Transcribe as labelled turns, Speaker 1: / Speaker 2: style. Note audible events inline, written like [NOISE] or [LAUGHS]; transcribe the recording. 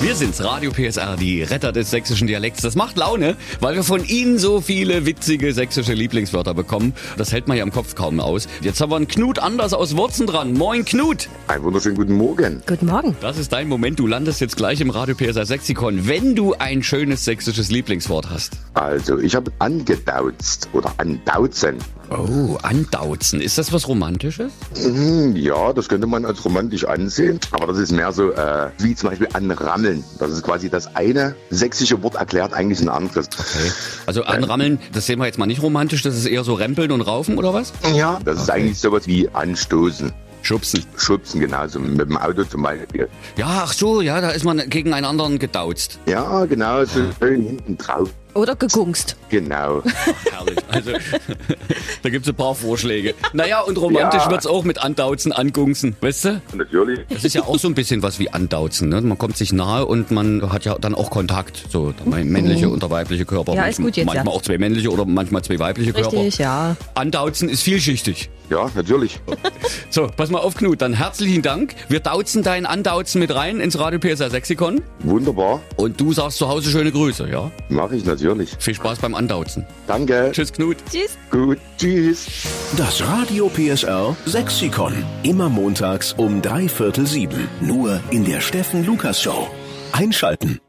Speaker 1: Wir sind's, Radio PSR, die Retter des sächsischen Dialekts. Das macht Laune, weil wir von Ihnen so viele witzige sächsische Lieblingswörter bekommen. Das hält man ja im Kopf kaum aus. Jetzt haben wir einen Knut Anders aus Wurzen dran. Moin Knut!
Speaker 2: Einen wunderschönen guten Morgen.
Speaker 3: Guten Morgen.
Speaker 1: Das ist dein Moment. Du landest jetzt gleich im Radio PSR Sexikon, wenn du ein schönes sächsisches Lieblingswort hast.
Speaker 2: Also, ich habe angedauzt oder andauzen.
Speaker 1: Oh, andauzen. Ist das was Romantisches?
Speaker 2: Hm, Ja, das könnte man als romantisch ansehen, aber das ist mehr so äh, wie zum Beispiel anrammeln. Das ist quasi das eine sächsische Wort erklärt eigentlich ein anderes.
Speaker 1: Also anrammeln, das sehen wir jetzt mal nicht romantisch. Das ist eher so rempeln und raufen oder was?
Speaker 2: Ja, Ah, das ist eigentlich sowas wie anstoßen.
Speaker 1: Schubsen.
Speaker 2: Schubsen genauso, mit dem Auto zum Beispiel.
Speaker 1: Ja, ach so, ja, da ist man gegen einen anderen gedauzt.
Speaker 2: Ja, genau, so schön hinten drauf.
Speaker 3: Oder gegungst.
Speaker 2: Genau.
Speaker 1: Herrlich. Also, [LAUGHS] da gibt's ein paar Vorschläge. Naja, und romantisch
Speaker 2: Ja.
Speaker 1: wird's auch mit Andauzen, Angungsen, weißt du?
Speaker 2: Natürlich.
Speaker 1: Das ist ja auch so ein bisschen was wie Andauzen, ne? Man kommt sich nahe und man hat ja dann auch Kontakt. So, der männliche und der weibliche Körper.
Speaker 3: Ja, ist
Speaker 1: Manchmal-
Speaker 3: gut jetzt, ja.
Speaker 1: Manchmal auch zwei männliche oder manchmal zwei weibliche
Speaker 3: Richtig,
Speaker 1: Körper.
Speaker 3: ja.
Speaker 1: Andauzen ist vielschichtig.
Speaker 2: Ja, natürlich.
Speaker 1: So, pass mal auf, Knut, dann herzlichen Dank. Wir dauzen dein Andauzen mit rein ins Radio PSA Sexikon
Speaker 2: Wunderbar.
Speaker 1: und du sagst zu Hause schöne Grüße, ja?
Speaker 2: Mache ich natürlich.
Speaker 1: Viel Spaß beim Andauzen.
Speaker 2: Danke.
Speaker 1: Tschüss, Knut.
Speaker 3: Tschüss.
Speaker 2: Gut. Tschüss.
Speaker 4: Das Radio PSR Sexikon. Immer montags um drei Viertel sieben. Nur in der Steffen Lukas Show. Einschalten.